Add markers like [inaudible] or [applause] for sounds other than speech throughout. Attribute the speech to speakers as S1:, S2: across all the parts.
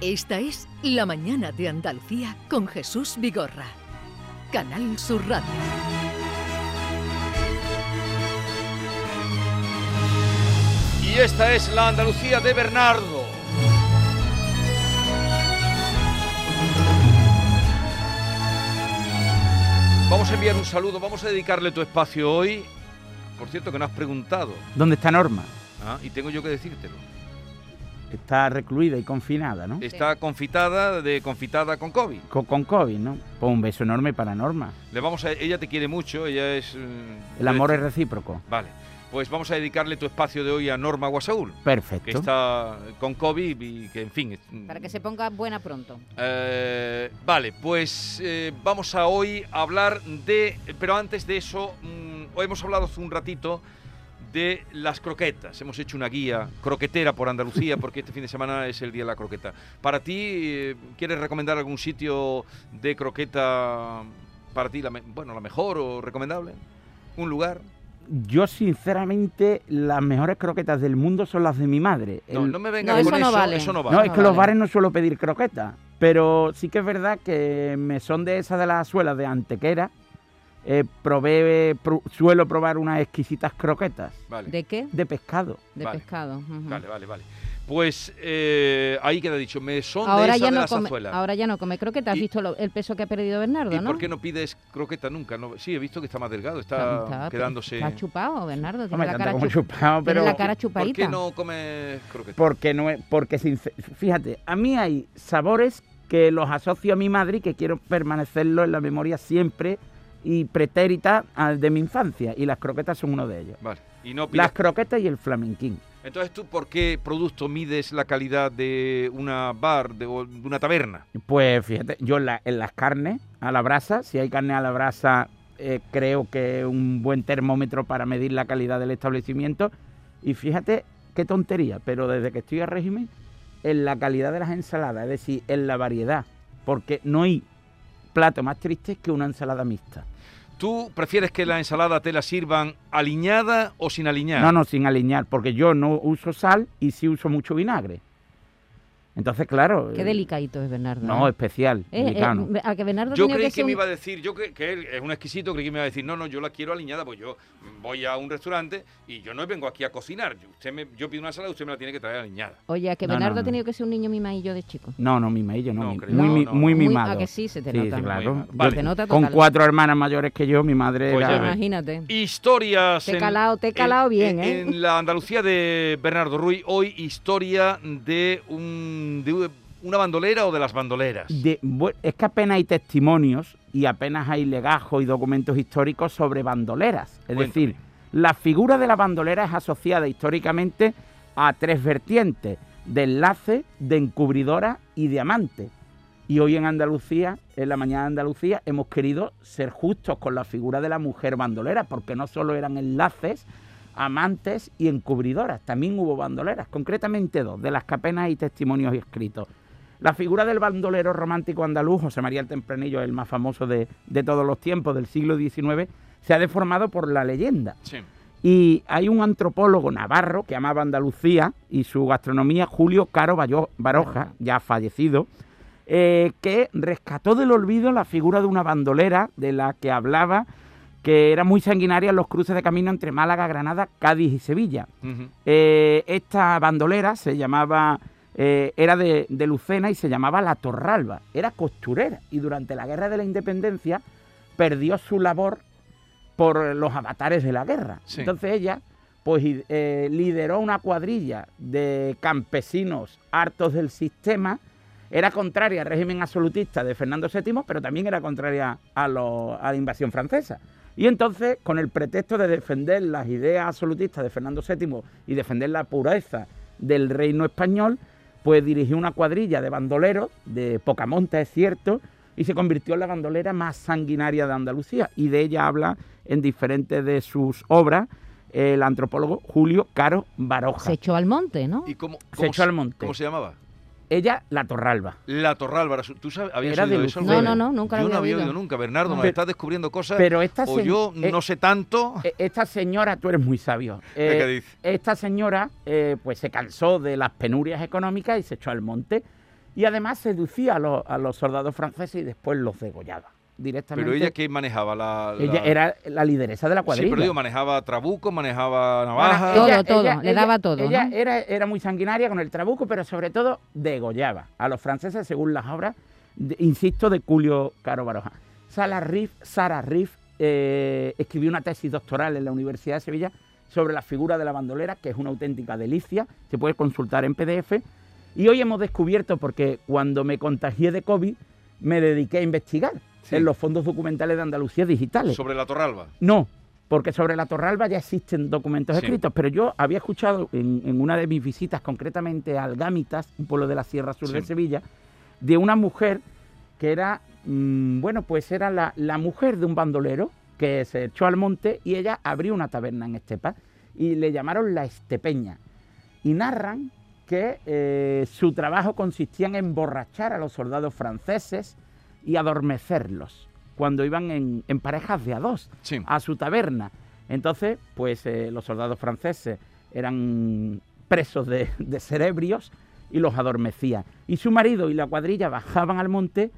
S1: Esta es La Mañana de Andalucía con Jesús Vigorra. Canal Sur Radio.
S2: Y esta es la Andalucía de Bernardo. Vamos a enviar un saludo, vamos a dedicarle tu espacio hoy. Por cierto, que no has preguntado.
S3: ¿Dónde está Norma?
S2: Ah, y tengo yo que decírtelo.
S3: Está recluida y confinada, ¿no?
S2: Está confitada de confitada con COVID.
S3: Co- Con COVID, ¿no? Pues un beso enorme para Norma.
S2: Le vamos a, ella te quiere mucho, ella es. eh,
S3: El amor es recíproco.
S2: Vale. Pues vamos a dedicarle tu espacio de hoy a Norma Guasaúl, que
S3: Perfecto.
S2: está con COVID y que, en fin. es-
S4: Para que se ponga buena pronto.
S2: Eh, vale, pues eh, vamos a hoy a hablar de. Pero antes de eso, mm, hoy hemos hablado hace un ratito de las croquetas. Hemos hecho una guía croquetera por Andalucía, porque este fin de semana es el día de la croqueta. Para ti, eh, ¿quieres recomendar algún sitio de croqueta para ti, la me- bueno, la mejor o recomendable? ¿Un lugar?
S3: Yo, sinceramente, las mejores croquetas del mundo son las de mi madre.
S2: No,
S3: El-
S2: no me vengas
S4: No, eso
S2: con
S4: no
S2: eso,
S4: vale.
S2: eso no
S3: No,
S2: vale.
S3: es que
S4: vale.
S3: los bares no suelo pedir croquetas, pero sí que es verdad que me son de esas de las suelas de Antequera. Eh, probé, pro- suelo probar unas exquisitas croquetas
S2: Vale.
S4: ¿De qué?
S3: de pescado.
S4: De
S2: Vale.
S4: pescado. ujú.
S2: Vale, vale, vale. Pues eh, ahí queda dicho, me son de esa
S4: Ahora ya,
S2: de
S4: no
S2: las
S4: come,
S2: azuelas.
S4: ahora ya no come croqueta. ¿Has
S2: Y-
S4: visto lo- el peso que ha perdido Bernardo,
S2: ¿Y
S4: no?
S2: por qué no pides croqueta nunca? No, sí, he visto que está más delgado, está,
S4: Está- está-
S2: quedándose...
S4: Está chupado, Bernardo. Tiene
S3: Hombre,
S4: la
S3: tanto
S4: cara
S3: como
S4: chu-
S3: chupado,
S4: tiene
S3: pero...
S4: la cara
S2: ¿Por
S4: chupadita.
S2: qué no comes croqueta?
S3: Porque no es, porque sincer- fíjate, a mí hay sabores que los asocio a mi madre y que quiero permanecerlo en la memoria siempre y pretérita al de mi infancia y las croquetas son uno de ellos.
S2: Vale, y no pides...
S3: Las croquetas y el flamenquín.
S2: Entonces, ¿tú por qué producto mides la calidad de una bar de, o de una taberna?
S3: Pues fíjate, yo en, la- en las carnes a la brasa, si hay carne a la brasa, eh, creo que es un buen termómetro para medir la calidad del establecimiento. Y fíjate qué tontería, pero desde que estoy a régimen, en la calidad de las ensaladas, es decir, en la variedad, porque no hay plato más triste que una ensalada mixta.
S2: ¿Tú prefieres que la ensalada te la sirvan aliñada o sin aliñar?
S3: No, no, sin aliñar, porque yo no uso sal y sí uso mucho vinagre. Entonces, claro.
S4: Qué
S3: eh,
S4: delicadito es Bernardo.
S3: No,
S4: ¿eh?
S3: especial.
S4: Eh, eh,
S3: delicado.
S4: a que Bernardo
S2: Yo
S4: tenía
S2: creí
S4: que ser
S2: que me
S4: un-
S2: iba a decir, yo que, que él es un exquisito, creí que me iba a decir, no, no, yo la quiero aliñada, pues yo voy a un restaurante y yo no vengo aquí a cocinar. Yo, usted me- yo pido una ensalada, usted me la tiene que traer aliñada.
S4: Oye, a que
S3: No, no,
S4: Bernardo
S3: no.
S4: ha tenido que ser un niño mimadillo de chico.
S3: No, no, mimadillo, no.
S2: No,
S3: mi-
S2: creo,
S3: muy,
S2: no,
S3: mi-
S2: no,
S3: muy
S2: no.
S4: Muy-
S3: mimado.
S4: ¿A que sí? Se te
S3: Sí,
S4: nota.
S3: sí,
S2: Muy
S3: claro.
S2: mal.
S3: Yo
S2: Vale.
S4: Se nota
S3: Con
S4: total.
S3: cuatro hermanas mayores que yo, mi madre
S2: Pues ya
S3: era...
S2: ves.
S4: Imagínate.
S2: Historias.
S4: Te he
S2: en-
S4: calado, te he
S2: en-
S4: calado
S2: en,
S4: bien, ¿eh?
S2: en la Andalucía de Bernardo Ruiz, hoy historia de, un, de una bandolera o de las bandoleras.
S3: de- bu- es que apenas hay testimonios y apenas hay legajos y documentos históricos sobre bandoleras. Es
S2: Cuéntame.
S3: decir, la figura de la bandolera es asociada históricamente a tres vertientes, de enlace, de encubridora y de amante. Y hoy en Andalucía, en la mañana de Andalucía, hemos querido ser justos con la figura de la mujer bandolera, porque no solo eran enlaces, amantes y encubridoras, también hubo bandoleras, concretamente dos, de las que apenas hay testimonios escritos. La figura del bandolero romántico andaluz, José María el Tempranillo, el más famoso de, de todos los tiempos, del siglo XIX, se ha deformado por la leyenda.
S2: Sí.
S3: Y hay un antropólogo navarro que amaba Andalucía y su gastronomía, Julio Caro Bayo- Baroja, ya fallecido, eh, que rescató del olvido la figura de una bandolera de la que hablaba, que era muy sanguinaria en los cruces de camino entre Málaga, Granada, Cádiz y Sevilla.
S2: Ujú.
S3: Eh, esta bandolera se llamaba, eh, era de, de Lucena y se llamaba La Torralba. Era costurera y durante la Guerra de la Independencia perdió su labor por los avatares de la guerra.
S2: Sí.
S3: Entonces ella pues i- eh, lideró una cuadrilla de campesinos hartos del sistema. Era contraria al régimen absolutista de Fernando VII, pero también era contraria a, los- a la invasión francesa. Y entonces, con el pretexto de defender las ideas absolutistas de Fernando VII y defender la pureza del reino español, pues dirigió una cuadrilla de bandoleros, de poca monta es cierto, y se convirtió en la bandolera más sanguinaria de Andalucía. Y de ella habla en diferentes de sus obras el antropólogo Julio Caro Baroja.
S4: Se echó al monte, ¿no?
S2: ¿Y cómo,
S3: Se
S2: cómo
S3: echó al monte.
S2: ¿Cómo se llamaba?
S3: Ella, la Torralba.
S2: La Torrálvara. ¿Tú sabes, habías
S3: Era de
S2: oído eso?
S3: Lucena.
S2: alguna
S3: No,
S2: vez?
S4: no, no, nunca lo
S2: Yo no
S4: había
S2: había oído
S4: oído.
S2: nunca, Bernardo. Me
S3: Pero-
S2: estás descubriendo cosas
S3: Pero esta
S2: Ah, o
S3: se-
S2: yo
S3: eh,
S2: no sé tanto.
S3: Eh, Esta señora, tú eres muy sabio.
S2: [laughs] ¿Qué
S3: Eh,
S2: dice?
S3: esta señora eh, pues se cansó de las penurias económicas y se echó al monte. y además seducía a los, a los soldados franceses y después los degollaba directamente.
S2: Pero ella que manejaba la, la-
S3: Ella era la lideresa de la
S2: Sí,
S3: cuadrilla.
S2: pero digo, manejaba trabuco, manejaba
S3: Bueno,
S2: navaja.
S4: Todo, todo, le daba todo,
S3: Ella
S4: ¿no?
S3: era, era muy sanguinaria con el trabuco, pero sobre todo degollaba a los franceses, según las obras, de- insisto, de Julio Caro Baroja. Sara Riff, Sara Riff eh, escribió una tesis doctoral en la Universidad de Sevilla sobre la figura de la bandolera, que es una auténtica delicia, se puede consultar en PDF. Y hoy hemos descubierto, porque cuando me contagié de COVID, me dediqué a investigar
S2: Sí.
S3: en los fondos documentales de Andalucía digitales.
S2: Sobre la Torralba.
S3: No, porque sobre la Torralba ya existen documentos
S2: Sí.
S3: escritos, pero yo había escuchado en, en una de mis visitas, concretamente a Algamitas, un pueblo de la Sierra Sur de
S2: Sí.
S3: Sevilla, de una mujer que era, mm, bueno, pues era la, la mujer de un bandolero que se echó al monte y ella abrió una taberna en Estepa y le llamaron la Estepeña. Y narran que eh, su trabajo consistía en emborrachar a los soldados franceses y adormecerlos cuando iban en, en parejas de a dos
S2: Sí.
S3: a su taberna. Entonces, pues eh, los soldados franceses eran presos de, de cerebrios y los adormecían. Y su marido y la cuadrilla bajaban al monte,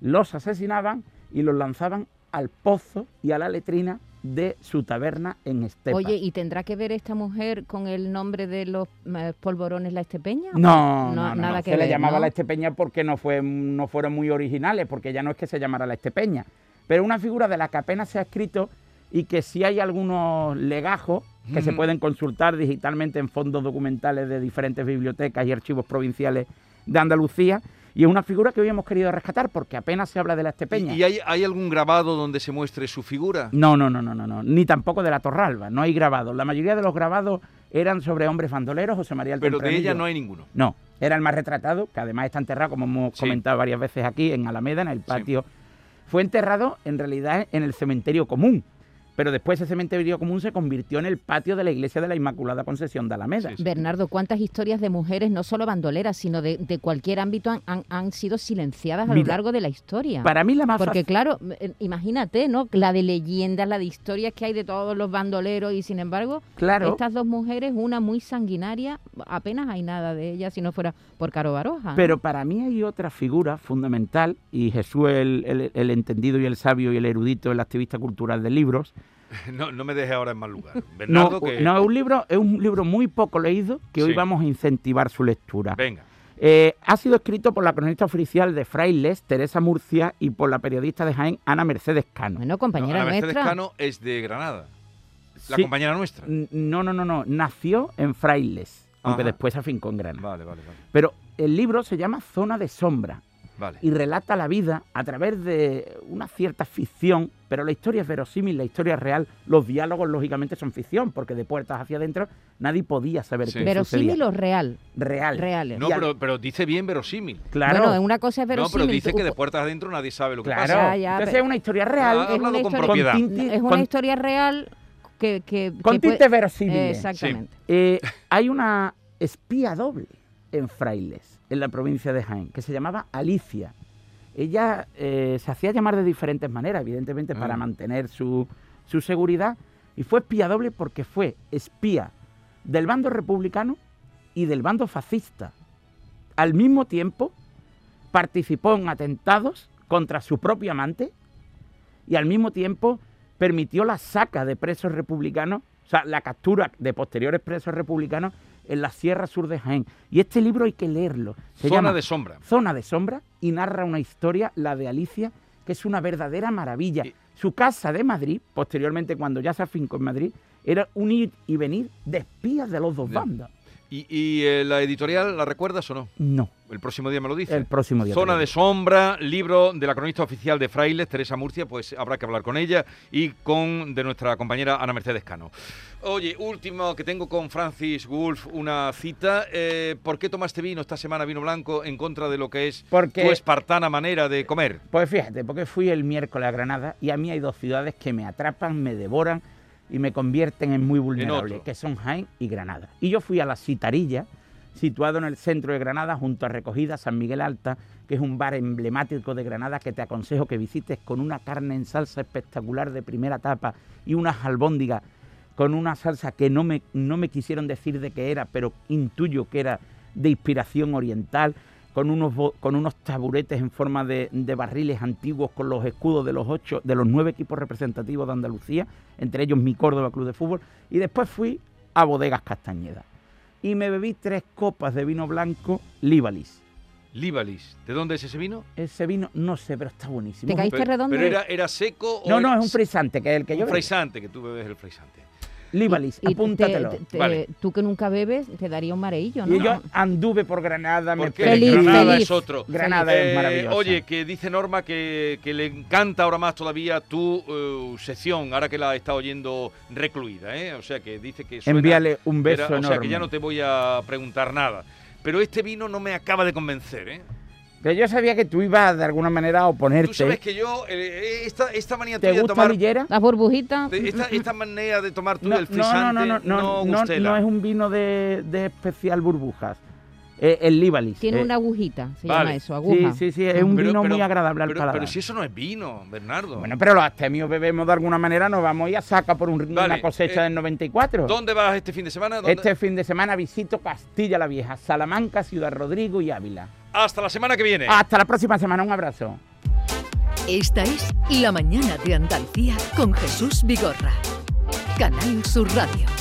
S3: los asesinaban y los lanzaban al pozo y a la letrina de su taberna en Estepa.
S4: Oye, ¿y tendrá que ver esta mujer con el nombre de los eh, polvorones La Estepeña?
S3: no, no,
S4: no,
S3: no, no,
S4: nada que
S3: se le
S4: ver,
S3: llamaba
S4: ¿no?
S3: la Estepeña porque no, fue, no fueron muy originales, porque ya no es que se llamara la Estepeña, pero una figura de la que apenas se ha escrito y que sí hay algunos legajos que se
S2: Ujú.
S3: pueden consultar digitalmente en fondos documentales de diferentes bibliotecas y archivos provinciales de Andalucía. Y es una figura que hoy hemos querido rescatar porque apenas se habla de la Estepeña.
S2: ¿Y, y hay, hay algún grabado donde se muestre su figura?
S3: No, no, no, no, no, no, ni tampoco de la Torralba, no hay grabados. La mayoría de los grabados eran sobre hombres bandoleros, José María el
S2: Pero de ella
S3: Tempranillo.
S2: no hay ninguno.
S3: No, era el más retratado, que además está enterrado, como hemos
S2: Sí.
S3: comentado varias veces aquí, en Alameda, en el patio. Fue enterrado en realidad en el cementerio común, pero después ese cementerio común se convirtió en el patio de la iglesia de la Inmaculada Concesión de Alameda.
S2: Sí, sí.
S4: Bernardo, ¿cuántas historias de mujeres, no solo bandoleras, sino de, de cualquier ámbito, han, han- han sido silenciadas a lo
S3: Mira,
S4: largo de la historia?
S3: Para mí la más
S4: Porque
S3: fácil-
S4: claro, eh, imagínate, ¿no? La de leyendas, la de historias que hay de todos los bandoleros y sin embargo,
S3: claro,
S4: estas dos mujeres, una muy sanguinaria, apenas hay nada de ella si no fuera por Caro Baroja. ¿no?
S3: pero para mí hay otra figura fundamental, y Jesús el, el- el entendido y el sabio y el erudito, el activista cultural de libros,
S2: [laughs] No, no me deje ahora en mal lugar.
S3: [laughs] no,
S2: Bernardo, que...
S3: no, es un libro, es un libro muy poco leído que hoy
S2: Sí.
S3: vamos a incentivar su lectura.
S2: Venga.
S3: Eh, ha sido escrito por la cronista oficial de Frailes, Teresa Murcia, y por la periodista de Jaén, Ana Mercedes Cano.
S4: Bueno,
S2: No,
S4: compañera
S2: Ana Mercedes
S4: nuestra.
S2: Cano es de Granada. La
S3: Sí.
S2: compañera nuestra.
S3: N- No, no, no, no. Nació en Frailes, aunque
S2: Ajá.
S3: después se afincó en Granada.
S2: Vale, vale, vale.
S3: Pero el libro se llama Zona de Sombra
S2: Vale.
S3: y relata la vida a través de una cierta ficción, pero la historia es verosímil, la historia es real. Los diálogos, lógicamente, son ficción, porque de puertas hacia adentro nadie podía saber
S2: Sí.
S3: qué sucedía.
S4: Verosímil o real,
S3: Real.
S4: reales.
S2: eh, No,
S3: Y al-
S2: pero, pero dice bien verosímil.
S3: Claro.
S4: Bueno, una cosa es
S2: No,
S4: verosímil.
S2: pero dice
S4: tú-
S2: que de puertas adentro nadie sabe lo que
S3: Claro.
S2: pasa.
S4: Ya, ya, Ah.
S3: Entonces
S4: pero-
S3: es una historia real.
S2: Ha
S4: es una
S2: hablado con
S4: historia-
S2: propiedad.
S3: Con tinti-
S4: es una
S3: con-
S4: historia real que... que, que
S3: Con
S4: puede-
S3: tintes verosímiles.
S4: Exactamente.
S3: Eh, hay una espía doble en Frailes, en la provincia de Jaén, que se llamaba Alicia. Ella eh, se hacía llamar de diferentes maneras, evidentemente, para
S2: Ah.
S3: mantener su, su seguridad. Y fue espía doble porque fue espía del bando republicano y del bando fascista. Al mismo tiempo, participó en atentados contra su propio amante y al mismo tiempo permitió la saca de presos republicanos, o sea, la captura de posteriores presos republicanos en la Sierra Sur de Jaén. Y este libro hay que leerlo. Se
S2: Zona
S3: llama
S2: de sombra.
S3: Zona de Sombra y narra una historia, la de Alicia, que es una verdadera maravilla.
S2: Y-
S3: Su casa de Madrid, posteriormente cuando ya se afincó en Madrid, era un ir y venir de espías de los dos
S2: Ya.
S3: bandos.
S2: ¿Y, y, eh, la editorial la recuerdas o no?
S3: No,
S2: El próximo día me lo dice.
S3: el próximo día.
S2: Zona
S3: te lo
S2: de
S3: digo.
S2: sombra, libro de la cronista oficial de Frailes, Teresa Murcia, pues habrá que hablar con ella y con de nuestra compañera Ana Mercedes Cano. Oye, último que tengo con Francis Wolf una cita. eh, ¿Por qué tomaste vino esta semana, vino blanco, en contra de lo que es
S3: Porque-
S2: tu espartana manera de comer?
S3: Pues fíjate, porque fui el miércoles a Granada y a mí hay dos ciudades que me atrapan, me devoran y me convierten en muy vulnerable,
S2: otro.
S3: que son Jaén y Granada. Y yo fui a la Citarilla, situado en el centro de Granada, junto a Recogida, San Miguel Alta, que es un bar emblemático de Granada que te aconsejo que visites con una carne en salsa espectacular de primera tapa y unas albóndigas con una salsa que no me, no me quisieron decir de qué era, pero intuyo que era de inspiración oriental, con unos, bo- con unos taburetes en forma de, de barriles antiguos con los escudos de los ocho, de los nueve equipos representativos de Andalucía, entre ellos mi Córdoba Club de Fútbol, y después fui a Bodegas Castañeda. Y me bebí tres copas de vino blanco Libalis.
S2: Libalis. ¿De dónde es ese vino?
S3: Ese vino, no sé, pero está buenísimo.
S4: ¿Te caíste
S2: Pe-
S4: redondo?
S2: ¿Pero era, era seco o
S3: No, no,
S2: era
S3: es un frisante, que es el que yo
S2: un
S3: bebí.
S2: fraisante, que tú bebes el fraisante.
S3: Libalis,
S4: te-
S3: apúntatelo.
S4: te-
S2: Vale.
S4: Tú que nunca bebes, te daría un mareillo, ¿no?
S3: y yo anduve por Granada, me
S2: Porque
S4: Feliz,
S2: Granada
S4: feliz.
S2: es otro.
S3: Granada
S2: Eh,
S3: es maravillosa.
S2: Oye, que dice Norma que, que le encanta ahora más todavía tu eh, sección, ahora que la está oyendo recluida, ¿eh? O sea, que dice que suena...
S3: envíale un beso
S2: Era- o
S3: enorme.
S2: sea, que ya no te voy a preguntar nada. Pero este vino no me acaba de convencer, ¿eh?
S3: Pero yo sabía que tú ibas de alguna manera a
S2: Tú sabes
S3: oponerte.
S2: que yo, eh, esta, esta manía
S3: ¿Te
S2: tuya de
S3: gusta
S2: tomar...
S3: Lillera?
S4: Las burbujitas.
S2: de- Esta, esta manera de tomar tú
S3: No,
S2: el
S3: no, no,
S2: frisante
S3: no, no, no, no,
S2: gustela.
S3: no es un vino de, de especial burbujas. Eh, el Libalis.
S4: Tiene
S3: eh,
S4: una agujita, se
S2: vale.
S4: llama eso, aguja.
S3: Sí, sí, sí, es un
S2: Pero-
S3: vino
S2: pero-
S3: muy agradable al
S2: pero,
S3: paladar.
S2: pero si eso no es vino, Bernardo.
S3: Bueno, pero los astemios bebemos de alguna manera, nos vamos y a saca por un-
S2: Vale,
S3: una cosecha
S2: eh,
S3: del 94.
S2: ¿Dónde vas este fin de semana? ¿Dónde-
S3: Este fin de semana visito Castilla la Vieja, Salamanca, Ciudad Rodrigo y Ávila.
S2: Hasta la semana que viene.
S3: Hasta la próxima semana, un abrazo.
S1: Esta es La Mañana de Andalucía con Jesús Vigorra. Canal Sur Radio.